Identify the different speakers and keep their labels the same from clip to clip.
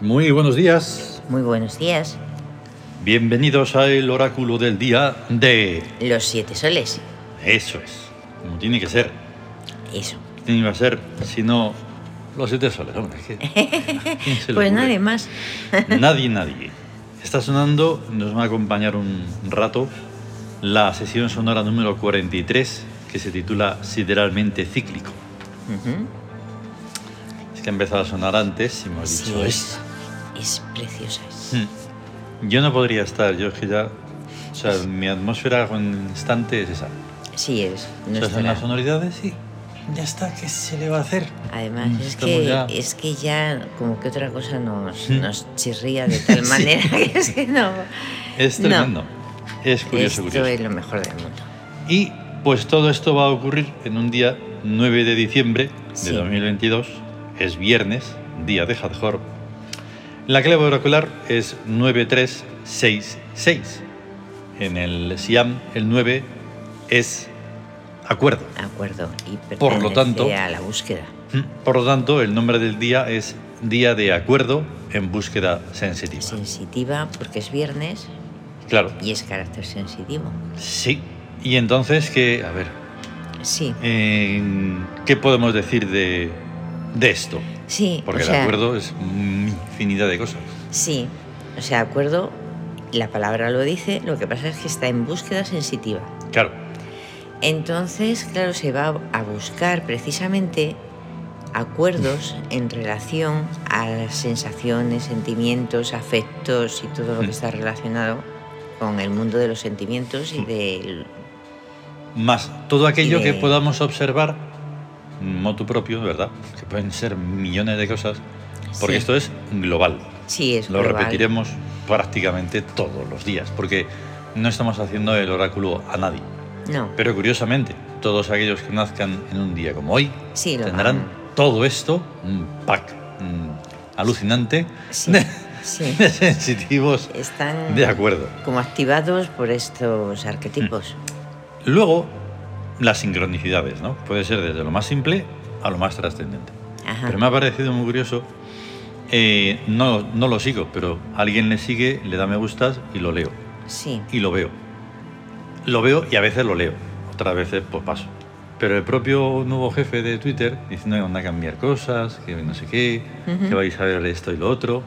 Speaker 1: Muy buenos días.
Speaker 2: Muy buenos días.
Speaker 1: Bienvenidos a el oráculo del día de...
Speaker 2: Los siete soles.
Speaker 1: Eso es. Como tiene que ser.
Speaker 2: Eso.
Speaker 1: ¿Quién iba a ser si no los siete soles? Hombre, es que- ¿quién se le
Speaker 2: Pues
Speaker 1: ocurre?
Speaker 2: nadie más.
Speaker 1: Nadie, nadie. Está sonando, nos va a acompañar un rato la sesión sonora número 43 que se titula Sideralmente Cíclico.
Speaker 2: Ujú.
Speaker 1: Es que ha empezado a sonar antes y hemos
Speaker 2: Sí,
Speaker 1: dicho
Speaker 2: es,
Speaker 1: "Esta".
Speaker 2: es preciosa.
Speaker 1: Hmm. Yo no podría estar, yo es que ya... O sea, mi atmósfera con instante es esa.
Speaker 2: Sí, es
Speaker 1: O sea, son
Speaker 2: nuestra.
Speaker 1: las sonoridades sí. ya está, ¿qué se le va a hacer?
Speaker 2: Además, es
Speaker 1: Mm, Estamos
Speaker 2: que,
Speaker 1: ya-
Speaker 2: es que ya como que otra cosa nos,
Speaker 1: Mm.
Speaker 2: nos chirría de tal manera que es que no.
Speaker 1: Es
Speaker 2: No.
Speaker 1: tremendo. Es curioso,
Speaker 2: Esto
Speaker 1: curioso.
Speaker 2: es lo mejor del mundo.
Speaker 1: Y pues todo esto va a ocurrir en un día 9 de diciembre de
Speaker 2: Sí.
Speaker 1: 2022. Es viernes, día de Hadjor. La clave oracular es 9366. En el Siam, el 9 es acuerdo.
Speaker 2: De acuerdo. Y
Speaker 1: Por lo tanto-
Speaker 2: pertenece A la búsqueda.
Speaker 1: Por lo tanto, el nombre del día es Día de Acuerdo en Búsqueda Sensitiva.
Speaker 2: Sensitiva, porque es viernes
Speaker 1: Claro.
Speaker 2: y es carácter sensitivo.
Speaker 1: Sí. Y entonces, que, a ver,
Speaker 2: Sí.
Speaker 1: en- ¿qué podemos decir de, de esto?
Speaker 2: Sí.
Speaker 1: Porque
Speaker 2: o sea,
Speaker 1: el acuerdo es mm, infinidad de cosas.
Speaker 2: Sí, o sea, acuerdo, la palabra lo dice, lo que pasa es que está en búsqueda sensitiva.
Speaker 1: Claro,
Speaker 2: Entonces, claro, se va a buscar precisamente acuerdos en relación a las sensaciones, sentimientos, afectos y todo
Speaker 1: Mm.
Speaker 2: lo que está relacionado con el mundo de los sentimientos
Speaker 1: Mm.
Speaker 2: y del...
Speaker 1: más todo aquello
Speaker 2: Y
Speaker 1: que
Speaker 2: de-
Speaker 1: podamos observar, motu propio, ¿verdad? Que pueden ser millones de cosas, porque
Speaker 2: Sí.
Speaker 1: esto es global.
Speaker 2: Sí, es
Speaker 1: Lo
Speaker 2: global.
Speaker 1: repetiremos prácticamente todos los días, porque no estamos haciendo el oráculo a nadie.
Speaker 2: No,
Speaker 1: Pero curiosamente, todos aquellos que nazcan en un día como hoy
Speaker 2: sí, lo
Speaker 1: tendrán
Speaker 2: van-
Speaker 1: todo esto, un pack mm, alucinante
Speaker 2: Sí,
Speaker 1: de,
Speaker 2: sí.
Speaker 1: de sensitivos
Speaker 2: Están
Speaker 1: de acuerdo.
Speaker 2: como activados por estos arquetipos.
Speaker 1: Mm. Luego, las sincronicidades, ¿no? Puede ser desde lo más simple a lo más trascendente.
Speaker 2: Ajá.
Speaker 1: Pero me ha parecido muy curioso. eh, no, no lo sigo, pero alguien le sigue, le da me gustas y lo leo.
Speaker 2: Sí,
Speaker 1: Y lo veo. Lo veo y a veces lo leo. Otras veces, pues paso. Pero el propio nuevo jefe de Twitter diciendo que van a cambiar cosas, que no sé qué,
Speaker 2: Ujú.
Speaker 1: que vais a ver esto y lo otro.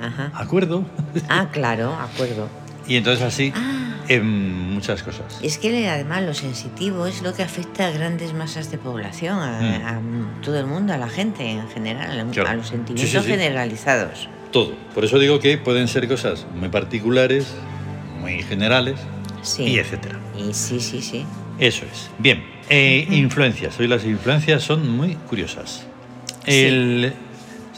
Speaker 2: ajá.
Speaker 1: Acuerdo.
Speaker 2: Ah, claro, acuerdo.
Speaker 1: y entonces así
Speaker 2: Ah,
Speaker 1: en muchas cosas.
Speaker 2: es que además lo sensitivo es lo que afecta a grandes masas de población, a, a todo el mundo, a la gente en general, a-
Speaker 1: Mm. Claro.
Speaker 2: a los
Speaker 1: Sí,
Speaker 2: sentimientos
Speaker 1: sí, sí.
Speaker 2: generalizados.
Speaker 1: todo. Por eso digo que pueden ser cosas muy particulares, muy generales
Speaker 2: Sí.
Speaker 1: y etcétera.
Speaker 2: Y sí, sí, sí.
Speaker 1: Eso es. Bien, eh,
Speaker 2: Ujú.
Speaker 1: influencias. Hoy las influencias son muy curiosas.
Speaker 2: Sí.
Speaker 1: El,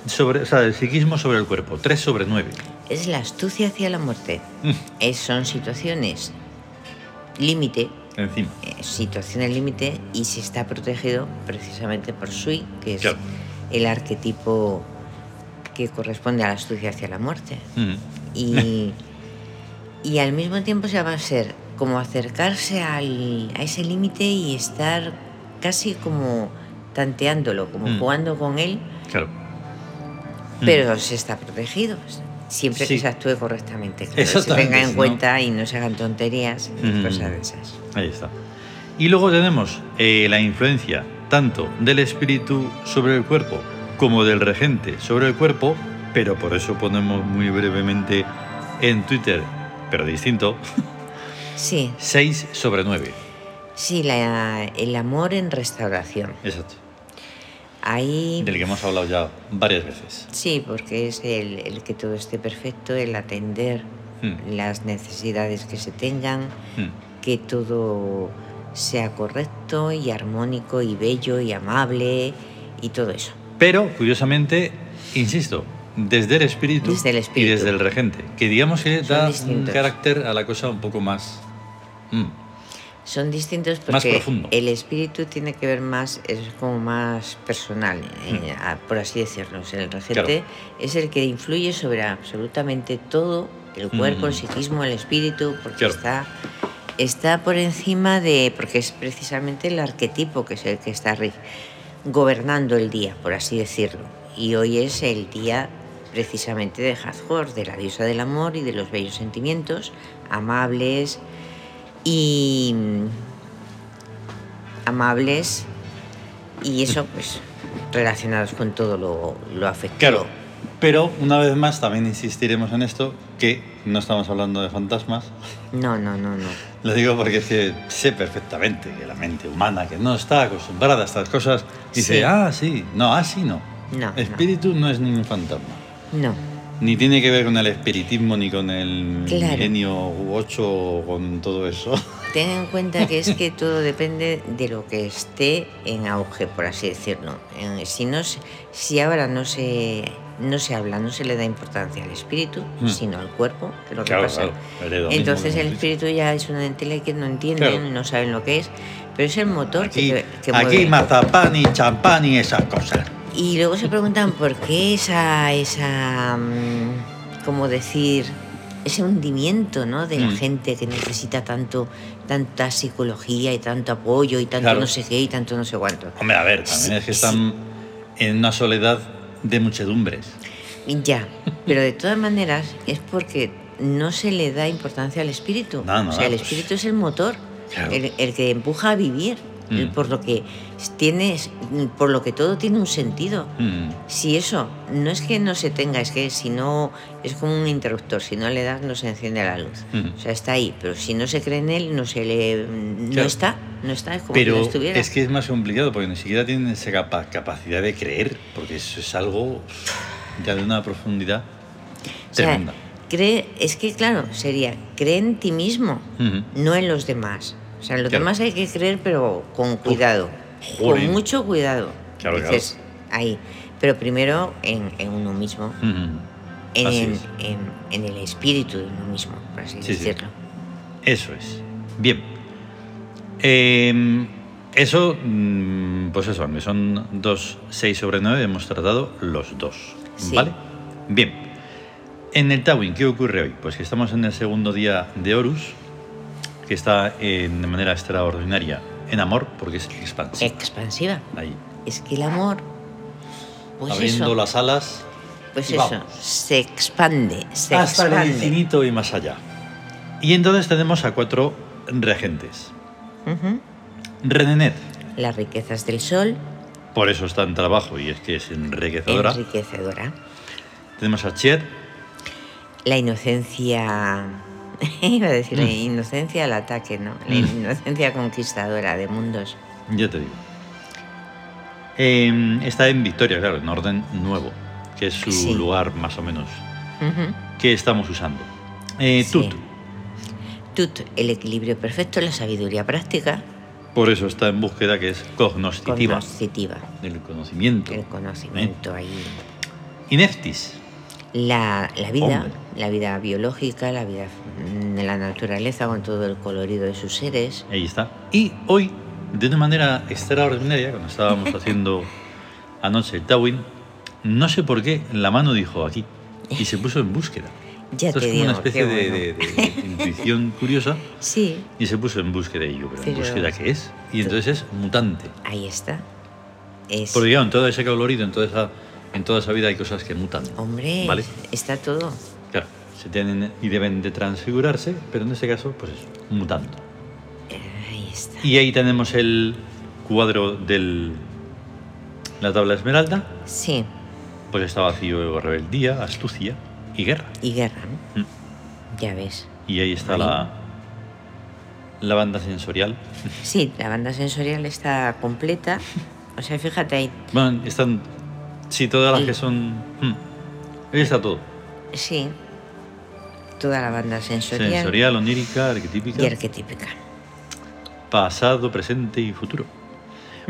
Speaker 1: sobre, o sea, el psiquismo sobre el cuerpo, 3 sobre Mm, 9.
Speaker 2: Es la astucia hacia la muerte. Es- son situaciones límite,
Speaker 1: Encima.
Speaker 2: eh, situaciones límite, y si está protegido precisamente por Sui, que es
Speaker 1: Claro.
Speaker 2: el arquetipo que corresponde a la astucia hacia la muerte.
Speaker 1: Ujú.
Speaker 2: y, y al mismo tiempo se va a ser como acercarse al- a ese límite y estar casi como tanteándolo, como
Speaker 1: Mm.
Speaker 2: jugando con él,
Speaker 1: Claro. Mm.
Speaker 2: pero se está protegido. Siempre
Speaker 1: Sí.
Speaker 2: que se actúe correctamente, claro, se
Speaker 1: Exactamente,
Speaker 2: tenga en
Speaker 1: ¿no?
Speaker 2: cuenta y no se hagan tonterías y
Speaker 1: Mm.
Speaker 2: cosas de esas.
Speaker 1: Ahí está. Y luego tenemos eh, la influencia tanto del espíritu sobre el cuerpo como del regente sobre el cuerpo, pero por eso ponemos muy brevemente en Twitter, pero distinto,
Speaker 2: Sí,
Speaker 1: 6 sobre 9.
Speaker 2: sí, la- el amor en restauración.
Speaker 1: Exacto.
Speaker 2: Ahí
Speaker 1: Del que hemos hablado ya varias veces.
Speaker 2: Sí, porque es el, el que todo esté perfecto, el atender
Speaker 1: Mm.
Speaker 2: las necesidades que se tengan,
Speaker 1: Mm,
Speaker 2: que todo sea correcto y armónico y bello y amable y todo eso.
Speaker 1: Pero, curiosamente, insisto, desde el espíritu,
Speaker 2: Desde el espíritu.
Speaker 1: y desde el regente, que digamos que
Speaker 2: Son
Speaker 1: da un
Speaker 2: distintos.
Speaker 1: carácter a la cosa un poco más... mm,
Speaker 2: Son distintos porque
Speaker 1: Más profundo.
Speaker 2: el espíritu tiene que ver más, es como más personal, eh, a- por así decirlo. O sea, el regente
Speaker 1: Hmm. Claro.
Speaker 2: es el que influye sobre absolutamente todo, el cuerpo, el
Speaker 1: Mm.
Speaker 2: psiquismo, el espíritu, porque
Speaker 1: Claro.
Speaker 2: está, está por encima de, porque es precisamente el arquetipo que es el que está ri- gobernando el día, por así decirlo. Y hoy es el día precisamente de Hathor, de la diosa del amor y de los bellos sentimientos, amables y amables y eso pues relacionados con todo lo, lo afectivo.
Speaker 1: Claro, pero una vez más también insistiremos en esto, que no estamos hablando de fantasmas,
Speaker 2: No, no, no, no.
Speaker 1: lo digo porque es que sé perfectamente que la mente humana que no está acostumbrada a estas cosas dice,
Speaker 2: Sí.
Speaker 1: ah, sí, no, así no.
Speaker 2: No, no.
Speaker 1: Espíritu no es ningún fantasma.
Speaker 2: No.
Speaker 1: Ni tiene que ver con el espiritismo, ni con el
Speaker 2: Claro.
Speaker 1: milenio 8 o con todo eso.
Speaker 2: Ten en cuenta que es que todo depende de lo que esté en auge, por así decirlo. En- Si, no, se- si ahora no se, no se habla, no se le da importancia al espíritu,
Speaker 1: Mm.
Speaker 2: sino al cuerpo, que es lo que
Speaker 1: Claro,
Speaker 2: pasa.
Speaker 1: claro, heredonismo,
Speaker 2: Entonces
Speaker 1: como
Speaker 2: el
Speaker 1: hemos dicho.
Speaker 2: espíritu ya es una entidad que no entienden,
Speaker 1: Claro.
Speaker 2: no saben lo que es, pero es el motor que-
Speaker 1: Aquí,
Speaker 2: que, que
Speaker 1: aquí
Speaker 2: mueve.
Speaker 1: mazapán y champán y esas cosas.
Speaker 2: Y luego se preguntan por qué esa, esa mm, ¿cómo decir? Ese hundimiento ¿no? de la
Speaker 1: Mm.
Speaker 2: gente que necesita tanto, tanta psicología y tanto apoyo y tanto
Speaker 1: Claro.
Speaker 2: no sé qué y tanto no sé cuánto.
Speaker 1: Hombre, a ver, también
Speaker 2: Sí,
Speaker 1: es que
Speaker 2: sí.
Speaker 1: están en una soledad de muchedumbres.
Speaker 2: Ya, pero de todas maneras es porque no se le da importancia al espíritu.
Speaker 1: No, no,
Speaker 2: o sea, el
Speaker 1: pues-
Speaker 2: espíritu es el motor,
Speaker 1: Claro.
Speaker 2: el, el que empuja a vivir, el
Speaker 1: Mm.
Speaker 2: por lo que tienes, por lo que todo tiene un sentido.
Speaker 1: Mm,
Speaker 2: Si eso, no es que no se tenga, es que si no, es como un interruptor, si no le das no se enciende la luz.
Speaker 1: mm.
Speaker 2: O sea, está ahí, pero si no se cree en él, no se le... no
Speaker 1: Claro.
Speaker 2: está, no está, es como si no
Speaker 1: Pero
Speaker 2: estuviera.
Speaker 1: es que es más complicado porque ni siquiera tienen esa capa- capacidad de creer, porque eso es algo ya de una profundidad
Speaker 2: O sea,
Speaker 1: tremenda.
Speaker 2: cree, es que claro, sería, cree en ti mismo,
Speaker 1: Ujú.
Speaker 2: no en los demás. O sea, en los
Speaker 1: Claro.
Speaker 2: demás hay que creer, pero con cuidado,
Speaker 1: jolín.
Speaker 2: con mucho cuidado.
Speaker 1: Claro, claro.
Speaker 2: Dices, ahí, pero primero en, en uno mismo,
Speaker 1: Ujú. Así
Speaker 2: en,
Speaker 1: es.
Speaker 2: en- en el espíritu de uno mismo, por así
Speaker 1: Sí, sí.
Speaker 2: decirlo.
Speaker 1: Eso es. Bien. Eh, eso, mm, pues eso, aunque son dos, 6 sobre 9, hemos tratado los dos.
Speaker 2: Sí.
Speaker 1: ¿Vale? Bien. En el Tawin, ¿qué ocurre hoy? Pues que estamos en el segundo día de Horus, que está en- de manera extraordinaria en amor, porque es expansivo.
Speaker 2: Expansiva.
Speaker 1: Ahí,
Speaker 2: Es que el amor, pues
Speaker 1: abriendo
Speaker 2: eso,
Speaker 1: las alas
Speaker 2: pues
Speaker 1: y
Speaker 2: eso,
Speaker 1: vamos.
Speaker 2: se expande, se
Speaker 1: hasta el
Speaker 2: expande.
Speaker 1: infinito y más allá. Y entonces tenemos a cuatro regentes.
Speaker 2: Ujú.
Speaker 1: Renenet,
Speaker 2: Las riquezas del sol,
Speaker 1: por eso está en trabajo y es que es enriquecedora.
Speaker 2: enriquecedora.
Speaker 1: Tenemos a Chiet,
Speaker 2: La inocencia, iba a decir la
Speaker 1: Mm.
Speaker 2: inocencia al ataque, ¿no? La
Speaker 1: Mm.
Speaker 2: inocencia conquistadora de mundos.
Speaker 1: ya te digo. Eh, está en Victoria, claro, en orden nuevo, que es su
Speaker 2: Sí.
Speaker 1: lugar más o menos
Speaker 2: Ujú.
Speaker 1: que estamos usando. Eh,
Speaker 2: Sí.
Speaker 1: Tut,
Speaker 2: Tut, el equilibrio perfecto, la sabiduría práctica,
Speaker 1: por eso está en búsqueda, que es cognoscitiva,
Speaker 2: cognoscitiva,
Speaker 1: del conocimiento.
Speaker 2: el conocimiento ahí.
Speaker 1: Y Neftis,
Speaker 2: La, la vida,
Speaker 1: Hombre.
Speaker 2: la vida biológica, la vida mm, de la naturaleza con todo el colorido de sus seres.
Speaker 1: ahí está. Y hoy, de una manera extraordinaria, cuando estábamos haciendo anoche el Tawin, no sé por qué la mano dijo aquí y se puso en búsqueda.
Speaker 2: Ya
Speaker 1: Esto
Speaker 2: te
Speaker 1: es como
Speaker 2: digo,
Speaker 1: una especie
Speaker 2: qué
Speaker 1: de-
Speaker 2: bueno.
Speaker 1: de- de- de intuición curiosa.
Speaker 2: Sí,
Speaker 1: Y se puso en búsqueda y yo, pero ¿en
Speaker 2: Pero-
Speaker 1: búsqueda qué es? Y entonces es mutante.
Speaker 2: ahí está. Es,
Speaker 1: Porque claro, en todo ese colorido, en toda esa, en toda esa vida hay cosas que mutan.
Speaker 2: hombre,
Speaker 1: Vale.
Speaker 2: está todo.
Speaker 1: Claro, se tienen y deben de transfigurarse, pero en este caso, pues eso, mutando.
Speaker 2: Ahí está.
Speaker 1: Y ahí tenemos el cuadro de la tabla esmeralda,
Speaker 2: Sí,
Speaker 1: pues está vacío rebeldía, astucia y guerra.
Speaker 2: y guerra. ¿no?
Speaker 1: Mm.
Speaker 2: Ya ves.
Speaker 1: Y ahí está la, la banda sensorial.
Speaker 2: Sí, la banda sensorial está completa. O sea, fíjate ahí.
Speaker 1: Bueno, están, sí, todas las
Speaker 2: Sí.
Speaker 1: que son... mm, ahí está todo.
Speaker 2: Sí, toda la banda sensorial,
Speaker 1: Sensorial, onírica, arquetípica,
Speaker 2: y arquetípica.
Speaker 1: pasado, presente y futuro.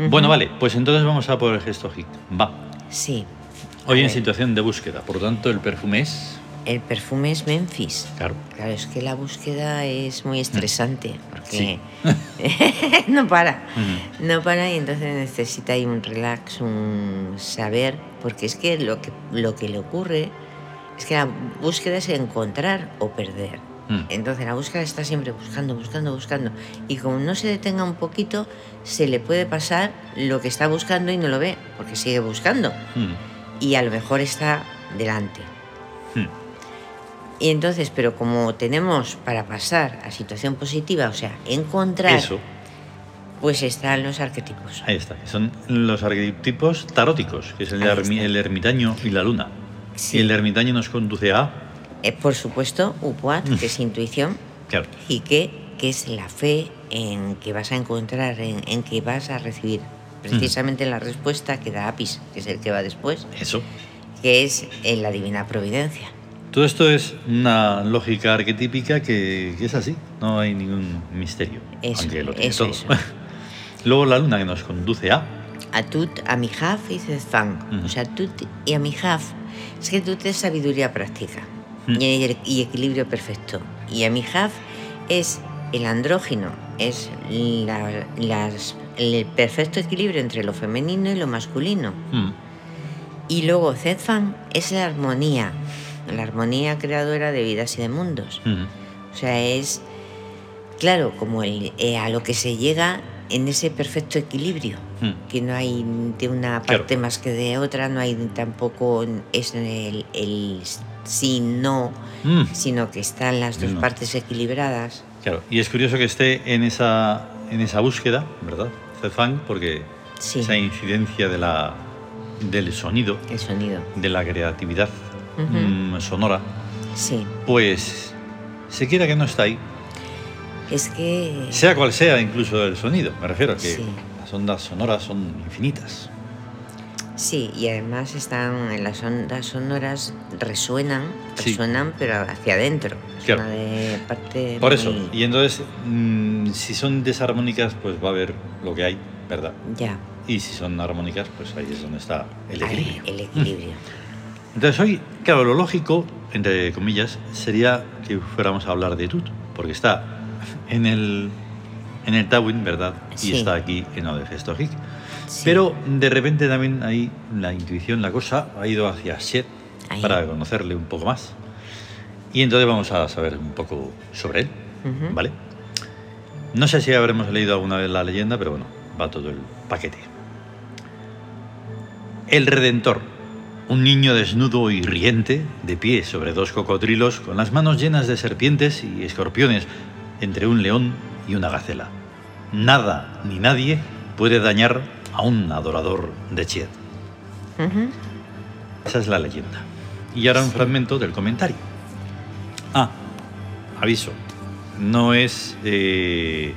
Speaker 1: Bueno, vale, pues entonces vamos a por el gesto hit. Va.
Speaker 2: Sí.
Speaker 1: Hoy
Speaker 2: A
Speaker 1: en
Speaker 2: ver.
Speaker 1: situación de búsqueda, por lo tanto el perfume es.
Speaker 2: El perfume es Memphis.
Speaker 1: Claro.
Speaker 2: Claro, es que la búsqueda es muy estresante
Speaker 1: Mm. Sí. Mm.
Speaker 2: porque no para,
Speaker 1: Ujú.
Speaker 2: no para y entonces necesita ahí un relax, un saber, porque es que lo que, lo que le ocurre es que la búsqueda es encontrar o perder.
Speaker 1: Mm.
Speaker 2: Entonces la búsqueda está siempre buscando, buscando, buscando. Y como no se detenga un poquito, se le puede pasar lo que está buscando y no lo ve, porque sigue buscando
Speaker 1: Mm.
Speaker 2: y a lo mejor está delante.
Speaker 1: Hmm.
Speaker 2: Y entonces, pero como tenemos para pasar a situación positiva, o sea, encontrar,
Speaker 1: Eso,
Speaker 2: pues están los arquetipos.
Speaker 1: ahí está. que Son los arquetipos taróticos, que es el,
Speaker 2: Ahí
Speaker 1: ermi-
Speaker 2: está.
Speaker 1: el ermitaño y la luna.
Speaker 2: Sí.
Speaker 1: Y el ermitaño nos conduce a.
Speaker 2: Eh, por supuesto, UPUAT, que es intuición,
Speaker 1: Claro,
Speaker 2: y que, que es la fe en que vas a encontrar, en, en que vas a recibir. Precisamente la respuesta que da Apis, que es el que va después,
Speaker 1: eso.
Speaker 2: que es en la divina providencia.
Speaker 1: Todo esto es una lógica arquetípica que, que es así, no hay ningún misterio.
Speaker 2: Eso,
Speaker 1: aunque lo tiene
Speaker 2: eso,
Speaker 1: todo.
Speaker 2: eso.
Speaker 1: Luego la luna que nos conduce a.
Speaker 2: Atut, Amijaf y Zezfang.
Speaker 1: Ujú.
Speaker 2: O sea, Tut y Amijaf es que Tut es sabiduría práctica
Speaker 1: Mm.
Speaker 2: y, el- y equilibrio perfecto. Y Amijaf es el andrógino, es la- las- el perfecto equilibrio entre lo femenino y lo masculino.
Speaker 1: mm,
Speaker 2: Y luego Zedfan es la armonía, la armonía creadora de vidas y de mundos.
Speaker 1: mm,
Speaker 2: O sea, es, claro, como el, eh, a lo que se llega en ese perfecto equilibrio,
Speaker 1: mm.
Speaker 2: que no hay de una
Speaker 1: Claro.
Speaker 2: parte más que de otra, no hay tampoco es el, el sí, no,
Speaker 1: Mm,
Speaker 2: sino que están las dos
Speaker 1: No.
Speaker 2: partes equilibradas.
Speaker 1: Claro, y es curioso que esté en esa, en esa búsqueda, ¿verdad? Zefang, porque
Speaker 2: Sí,
Speaker 1: esa incidencia de la, del sonido,
Speaker 2: el sonido.
Speaker 1: de la creatividad
Speaker 2: Ujú.
Speaker 1: mm, sonora,
Speaker 2: Sí,
Speaker 1: pues se quiera que no está ahí,
Speaker 2: es que...
Speaker 1: sea cual sea incluso el sonido, me refiero a que
Speaker 2: Sí.
Speaker 1: las ondas sonoras son infinitas.
Speaker 2: Sí, y además están en las ondas sonoras, resuenan,
Speaker 1: Sí.
Speaker 2: resuenan, pero hacia adentro. Es
Speaker 1: Claro.
Speaker 2: una de parte
Speaker 1: Por eso,
Speaker 2: muy-
Speaker 1: y entonces, mm, si son desarmónicas, pues va a haber lo que hay, ¿verdad?
Speaker 2: Ya,
Speaker 1: Y si son armónicas, pues ahí es donde está el
Speaker 2: ahí,
Speaker 1: equilibrio. Mm.
Speaker 2: el equilibrio.
Speaker 1: Entonces hoy, claro, lo lógico, entre comillas, sería que fuéramos a hablar de Tut, porque está en el, en el Tawin, ¿verdad? Y
Speaker 2: Sí.
Speaker 1: está aquí en Odegesto Hic.
Speaker 2: Sí,
Speaker 1: Pero de repente también ahí la intuición, la cosa, ha ido hacia Shet
Speaker 2: Ahí.
Speaker 1: para conocerle un poco más. Y entonces vamos a saber un poco sobre él,
Speaker 2: Ujú.
Speaker 1: ¿vale? No sé si habremos leído alguna vez la leyenda, pero bueno, va todo el paquete. El Redentor, un niño desnudo y riente, de pie sobre dos cocodrilos, con las manos llenas de serpientes y escorpiones, entre un león y una gacela. Nada ni nadie puede dañar a un adorador de Chiet.
Speaker 2: Ujú.
Speaker 1: Esa es la leyenda. Y ahora un fragmento del comentario. Ah, aviso. No es, eh,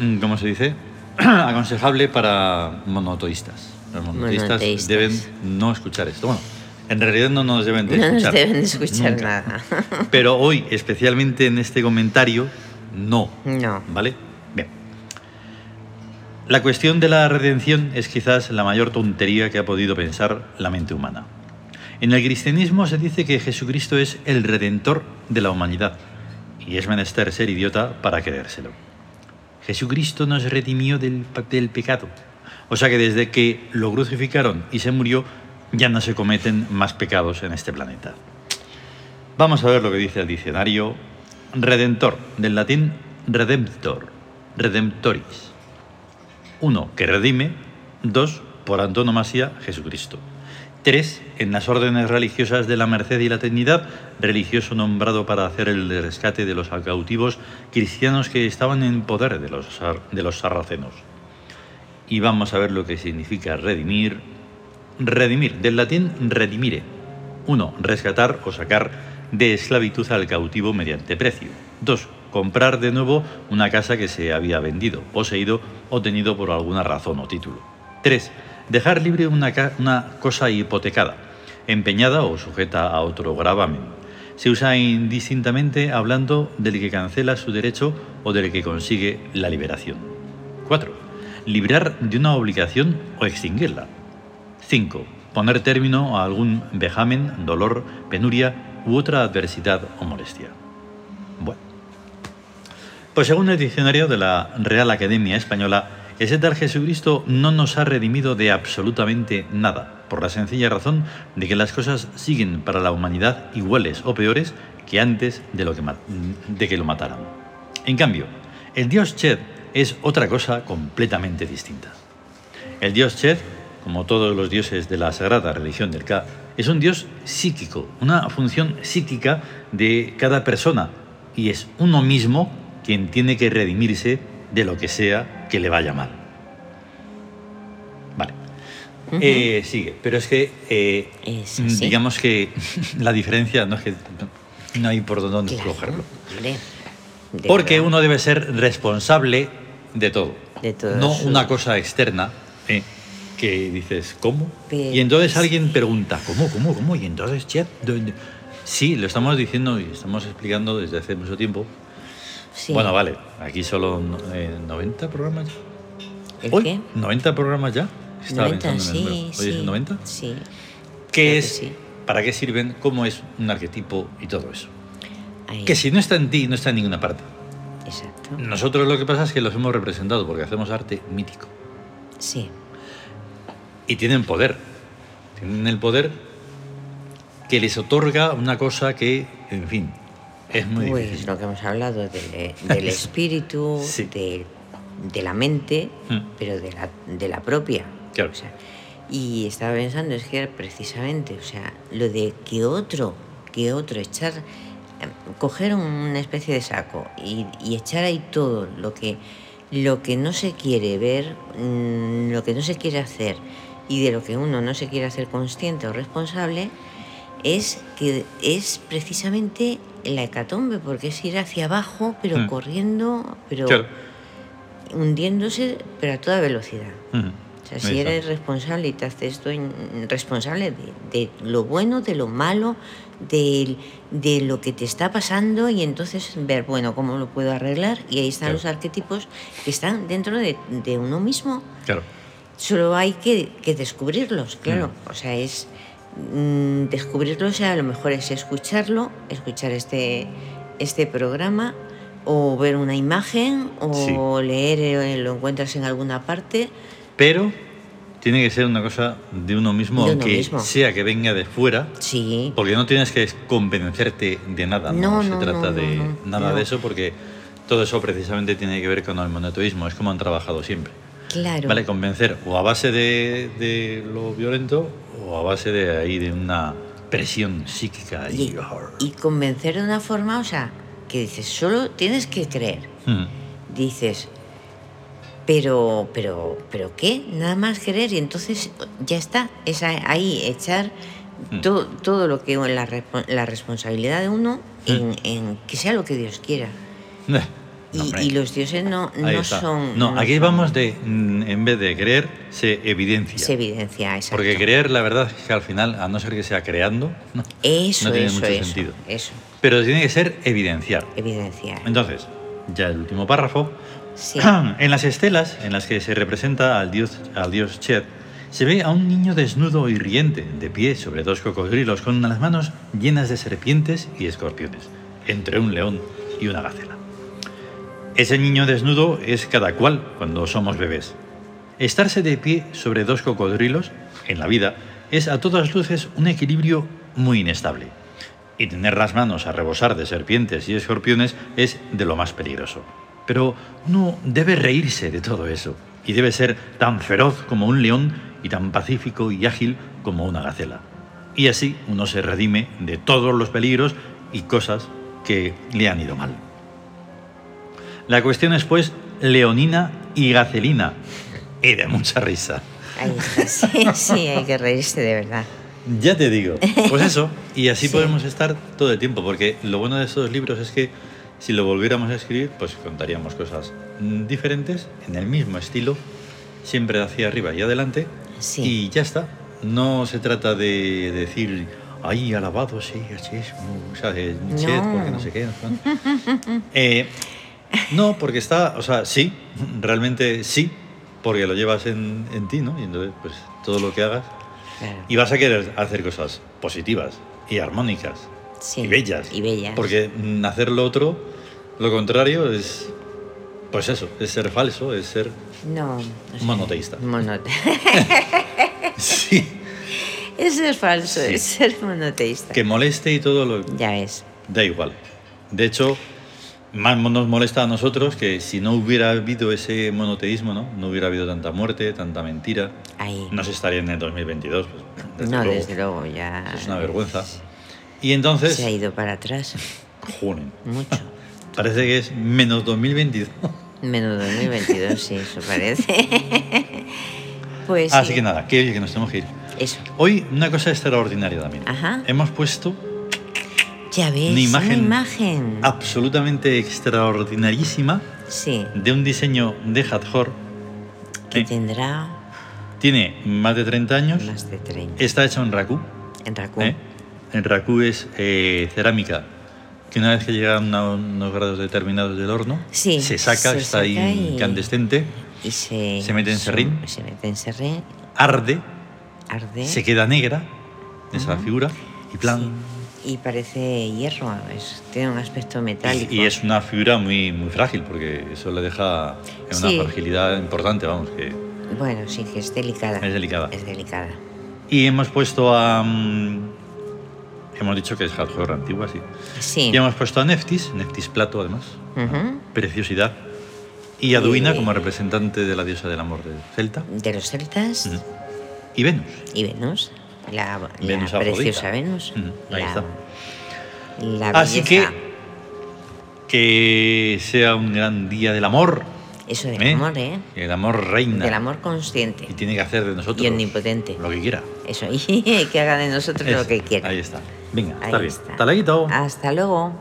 Speaker 1: mm, ¿cómo se dice? aconsejable para monoteístas. Los monoteístas,
Speaker 2: Monoteístas.
Speaker 1: deben no escuchar esto. Bueno, en realidad no nos deben de
Speaker 2: No nos
Speaker 1: escuchar.
Speaker 2: deben de escuchar
Speaker 1: nunca.
Speaker 2: nada.
Speaker 1: Pero hoy, especialmente en este comentario, no.
Speaker 2: No.
Speaker 1: ¿Vale? Bien. La cuestión de la redención es quizás la mayor tontería que ha podido pensar la mente humana. En el cristianismo se dice que Jesucristo es el redentor de la humanidad, y es menester ser idiota para creérselo. Jesucristo nos redimió del, pa- del pecado. O sea que desde que lo crucificaron y se murió, ya no se cometen más pecados en este planeta. Vamos a ver lo que dice el diccionario. Redentor, del latín redemptor, redemptoris. Uno, que redime. Dos, por antonomasia, Jesucristo. Tres, en las órdenes religiosas de la merced y la Trinidad, religioso nombrado para hacer el rescate de los cautivos cristianos que estaban en poder de los, sar- de los sarracenos. Y vamos a ver lo que significa redimir. Redimir, del latín redimire. 1. Rescatar o sacar de esclavitud al cautivo mediante precio. 2. Comprar de nuevo una casa que se había vendido, poseído o tenido por alguna razón o título. 3. Dejar libre una, ca- una cosa hipotecada, empeñada o sujeta a otro gravamen. Se usa indistintamente hablando del que cancela su derecho o del que consigue la liberación. 4. Librar de una obligación o extinguirla. 5. Poner término a algún vejamen, dolor, penuria u otra adversidad o molestia. Bueno. Pues según el diccionario de la Real Academia Española, ese tal Jesucristo no nos ha redimido de absolutamente nada, por la sencilla razón de que las cosas siguen para la humanidad iguales o peores que antes de, lo que, ma- de que lo mataran. En cambio, el dios Ched es otra cosa completamente distinta. El dios Chet, como todos los dioses de la sagrada religión del Ka, es un dios psíquico, una función psíquica de cada persona y es uno mismo quien tiene que redimirse de lo que sea que le vaya mal. Vale.
Speaker 2: Ujú.
Speaker 1: Eh, sigue, pero es que eh,
Speaker 2: Es
Speaker 1: mm,
Speaker 2: así.
Speaker 1: digamos que la diferencia no es que no hay por dónde
Speaker 2: Claro,
Speaker 1: cogerlo.
Speaker 2: hombre, de
Speaker 1: Porque
Speaker 2: verdad.
Speaker 1: uno debe ser responsable de todo.
Speaker 2: De todo
Speaker 1: No
Speaker 2: su-
Speaker 1: una cosa externa eh, que dices, ¿cómo?
Speaker 2: Pero
Speaker 1: y entonces
Speaker 2: sí.
Speaker 1: alguien pregunta, ¿cómo, cómo, cómo? Y entonces, ya, ¿dónde? sí, lo estamos diciendo y estamos explicando desde hace mucho tiempo.
Speaker 2: Sí.
Speaker 1: Bueno, vale, aquí solo no- eh, 90 programas ya.
Speaker 2: ¿El
Speaker 1: Hoy,
Speaker 2: qué?
Speaker 1: 90 programas ya. Estaba
Speaker 2: 90,
Speaker 1: pensando en el
Speaker 2: sí,
Speaker 1: número.
Speaker 2: sí.
Speaker 1: Hoy es 90.
Speaker 2: Sí. creo
Speaker 1: ¿Qué
Speaker 2: que
Speaker 1: es?
Speaker 2: sí.
Speaker 1: ¿Para qué sirven? ¿Cómo es un arquetipo y todo eso?
Speaker 2: Ahí,
Speaker 1: Que si no está en ti, no está en ninguna parte.
Speaker 2: Exacto.
Speaker 1: Nosotros lo que pasa es que los hemos representado porque hacemos arte mítico.
Speaker 2: Sí.
Speaker 1: Y tienen poder. Tienen el poder que les otorga una cosa que, en fin, es muy
Speaker 2: Pues
Speaker 1: difícil.
Speaker 2: lo que hemos hablado del, del espíritu,
Speaker 1: Sí.
Speaker 2: de, de la mente,
Speaker 1: Mm.
Speaker 2: pero de la, de la propia.
Speaker 1: Claro.
Speaker 2: O sea, y estaba pensando, es que precisamente, o sea, lo de que otro, que otro, echar, eh, coger una especie de saco y, y echar ahí todo lo que, lo que no se quiere ver, mm, lo que no se quiere hacer y de lo que uno no se quiere hacer consciente o responsable, es que es precisamente la hecatombe, porque es ir hacia abajo, pero
Speaker 1: Mm.
Speaker 2: corriendo, pero
Speaker 1: Claro.
Speaker 2: hundiéndose, pero a toda velocidad.
Speaker 1: Ujú.
Speaker 2: O sea,
Speaker 1: Ahí
Speaker 2: si
Speaker 1: está.
Speaker 2: eres responsable y te haces dueñ- responsable de, de lo bueno, de lo malo, del- de, lo que te está pasando y entonces ver, bueno, cómo lo puedo arreglar. Y ahí están
Speaker 1: Claro.
Speaker 2: los arquetipos que están dentro de, de uno mismo.
Speaker 1: Claro.
Speaker 2: Solo hay que, que descubrirlos, claro. O sea, es mm, descubrirlos, o sea, a lo mejor es escucharlo, escuchar este, este programa, o ver una imagen, o leer, eh, lo encuentras en alguna parte.
Speaker 1: Pero tiene que ser una cosa de uno mismo,
Speaker 2: De uno
Speaker 1: aunque
Speaker 2: mismo.
Speaker 1: sea que venga de fuera,
Speaker 2: Sí,
Speaker 1: porque no tienes que convencerte de nada. No,
Speaker 2: No,
Speaker 1: se
Speaker 2: no,
Speaker 1: trata
Speaker 2: no,
Speaker 1: de
Speaker 2: no, no,
Speaker 1: nada
Speaker 2: no.
Speaker 1: de eso, porque todo eso precisamente tiene que ver con el monoteísmo, es como han trabajado siempre.
Speaker 2: claro.
Speaker 1: Vale, convencer o a base de, de lo violento o a base de ahí de una presión psíquica.
Speaker 2: y,
Speaker 1: Y...
Speaker 2: y convencer de una forma, o sea, que dices, solo tienes que creer.
Speaker 1: Mm,
Speaker 2: Dices, pero, pero, pero qué, nada más creer y entonces ya está, es a- ahí echar
Speaker 1: Mm.
Speaker 2: to- todo lo que la, respo- la responsabilidad de uno
Speaker 1: Mm.
Speaker 2: en, en que sea lo que Dios quiera.
Speaker 1: Eh, no,
Speaker 2: Y,
Speaker 1: hombre,
Speaker 2: y los dioses no,
Speaker 1: ahí
Speaker 2: no
Speaker 1: está.
Speaker 2: son...
Speaker 1: No, aquí
Speaker 2: son-
Speaker 1: vamos de, mm, en vez de creer, se evidencia.
Speaker 2: Se evidencia, exacto.
Speaker 1: Porque creer, la verdad, es que al final, a no ser que sea creando, no,
Speaker 2: Eso,
Speaker 1: no tiene
Speaker 2: eso,
Speaker 1: mucho
Speaker 2: eso,
Speaker 1: sentido.
Speaker 2: eso,
Speaker 1: Pero tiene que ser evidenciar.
Speaker 2: evidenciar.
Speaker 1: Entonces, ya el último párrafo.
Speaker 2: Sí.
Speaker 1: En las estelas en las que se representa al dios, al dios Chet, se ve a un niño desnudo y riente, de pie sobre dos cocodrilos con las manos llenas de serpientes y escorpiones, entre un león y una gacela. Ese niño desnudo es cada cual cuando somos bebés. Estarse de pie sobre dos cocodrilos en la vida es a todas luces un equilibrio muy inestable. Y tener las manos a rebosar de serpientes y escorpiones es de lo más peligroso. Pero uno debe reírse de todo eso. Y debe ser tan feroz como un león y tan pacífico y ágil como una gacela. Y así uno se redime de todos los peligros y cosas que le han ido mal. La cuestión es pues leonina y gacelina. Y de mucha risa.
Speaker 2: Ahí está, sí, sí, hay que reírse de verdad.
Speaker 1: Ya te digo. Pues eso. Y así
Speaker 2: Sí.
Speaker 1: podemos estar todo el tiempo, porque lo bueno de estos libros es que si lo volviéramos a escribir, pues contaríamos cosas mm, diferentes, en el mismo estilo, siempre hacia arriba y adelante.
Speaker 2: Sí.
Speaker 1: Y ya está. No se trata de decir, ay, alabado sí, así es, o sea, de Nietzsche,
Speaker 2: No.
Speaker 1: porque no sé qué. ¿no?". Eh, no, porque está, o sea, sí, realmente sí, porque lo llevas en, en ti, ¿no? Y entonces, pues todo lo que hagas
Speaker 2: Claro.
Speaker 1: y vas a querer hacer cosas positivas y armónicas
Speaker 2: Sí,
Speaker 1: y bellas.
Speaker 2: Y bellas.
Speaker 1: Porque mm, hacer lo otro, lo contrario, es. Pues eso, es ser falso, es ser.
Speaker 2: No. no sé.
Speaker 1: Monoteísta.
Speaker 2: Monote-
Speaker 1: Sí,
Speaker 2: Eso es falso,
Speaker 1: Sí.
Speaker 2: es ser monoteísta.
Speaker 1: que moleste y todo lo.
Speaker 2: Ya ves.
Speaker 1: Da igual. De hecho, más nos molesta a nosotros que si no hubiera habido ese monoteísmo, ¿no? No hubiera habido tanta muerte, tanta mentira.
Speaker 2: Ahí.
Speaker 1: No se estaría en el 2022. pues, desde
Speaker 2: no,
Speaker 1: luego.
Speaker 2: desde luego, ya.
Speaker 1: Eso es una vergüenza. Y entonces,
Speaker 2: Se ha ido para atrás
Speaker 1: joder,
Speaker 2: mucho.
Speaker 1: parece que es menos 2022.
Speaker 2: Menos 2022, sí, eso parece. pues.
Speaker 1: Ah, Así
Speaker 2: sí,
Speaker 1: que nada, que oye, que nos tenemos que ir.
Speaker 2: Eso.
Speaker 1: Hoy una cosa extraordinaria también.
Speaker 2: Ajá.
Speaker 1: Hemos puesto
Speaker 2: Ya ves,
Speaker 1: Em, Una
Speaker 2: una
Speaker 1: imagen. Ah.
Speaker 2: imagen.
Speaker 1: absolutamente extraordinarísima
Speaker 2: Sí,
Speaker 1: de un diseño de Hathor.
Speaker 2: que
Speaker 1: Eh,
Speaker 2: tendrá
Speaker 1: tiene más de 30 años,
Speaker 2: más de 30.
Speaker 1: está hecha en Raku.
Speaker 2: En Raku.
Speaker 1: Em, ¿eh? En Raku es eh, cerámica, que una vez que llegan a unos grados determinados del horno,
Speaker 2: Sí,
Speaker 1: se saca,
Speaker 2: se
Speaker 1: está ahí
Speaker 2: saca y-
Speaker 1: incandescente,
Speaker 2: Y se,
Speaker 1: se mete en
Speaker 2: se-
Speaker 1: serrín.
Speaker 2: Se mete en serrín,
Speaker 1: arde,
Speaker 2: arde.
Speaker 1: se queda negra, esa figura, y plan...
Speaker 2: ¿Eh? sí, Y parece hierro, es- tiene un aspecto metálico.
Speaker 1: Y, y es una figura muy, muy frágil, porque eso le deja en una
Speaker 2: Sí.
Speaker 1: fragilidad importante, vamos. Que...
Speaker 2: Bueno, sí, que es delicada.
Speaker 1: Es delicada.
Speaker 2: Es delicada.
Speaker 1: Y hemos puesto a... mm, hemos dicho que es hardcore antigua, sí.
Speaker 2: Sí.
Speaker 1: Y hemos puesto a Neftis, Neftis Plato además,
Speaker 2: Ujú.
Speaker 1: preciosidad. Y a Duina
Speaker 2: Y-
Speaker 1: como representante de la diosa del amor de Celta.
Speaker 2: De los celtas
Speaker 1: Mm. Y Venus.
Speaker 2: y Venus. La, la
Speaker 1: Venus Afrodita.
Speaker 2: preciosa Venus.
Speaker 1: Mm, ahí
Speaker 2: la,
Speaker 1: está.
Speaker 2: la
Speaker 1: Así que
Speaker 2: belleza.
Speaker 1: que sea un gran día del amor.
Speaker 2: Eso del
Speaker 1: ¿eh?
Speaker 2: amor, ¿eh?
Speaker 1: El amor reina.
Speaker 2: Del amor consciente.
Speaker 1: Y tiene que hacer de nosotros
Speaker 2: Y omnipotente.
Speaker 1: lo que quiera.
Speaker 2: Eso, y que haga de nosotros
Speaker 1: Eso,
Speaker 2: lo que quiera.
Speaker 1: Ahí está. Venga,
Speaker 2: Ahí
Speaker 1: está bien.
Speaker 2: está. Ah.
Speaker 1: Hasta luego.
Speaker 2: Hasta luego.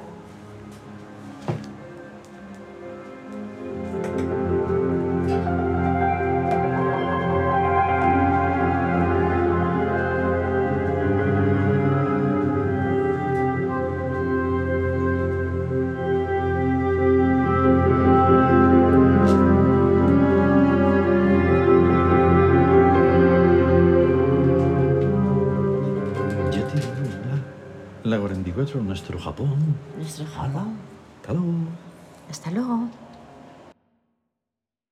Speaker 1: Ya tiene la 44, nuestro Japón.
Speaker 2: Nuestro
Speaker 1: Hola. Hasta luego.
Speaker 2: Hasta luego.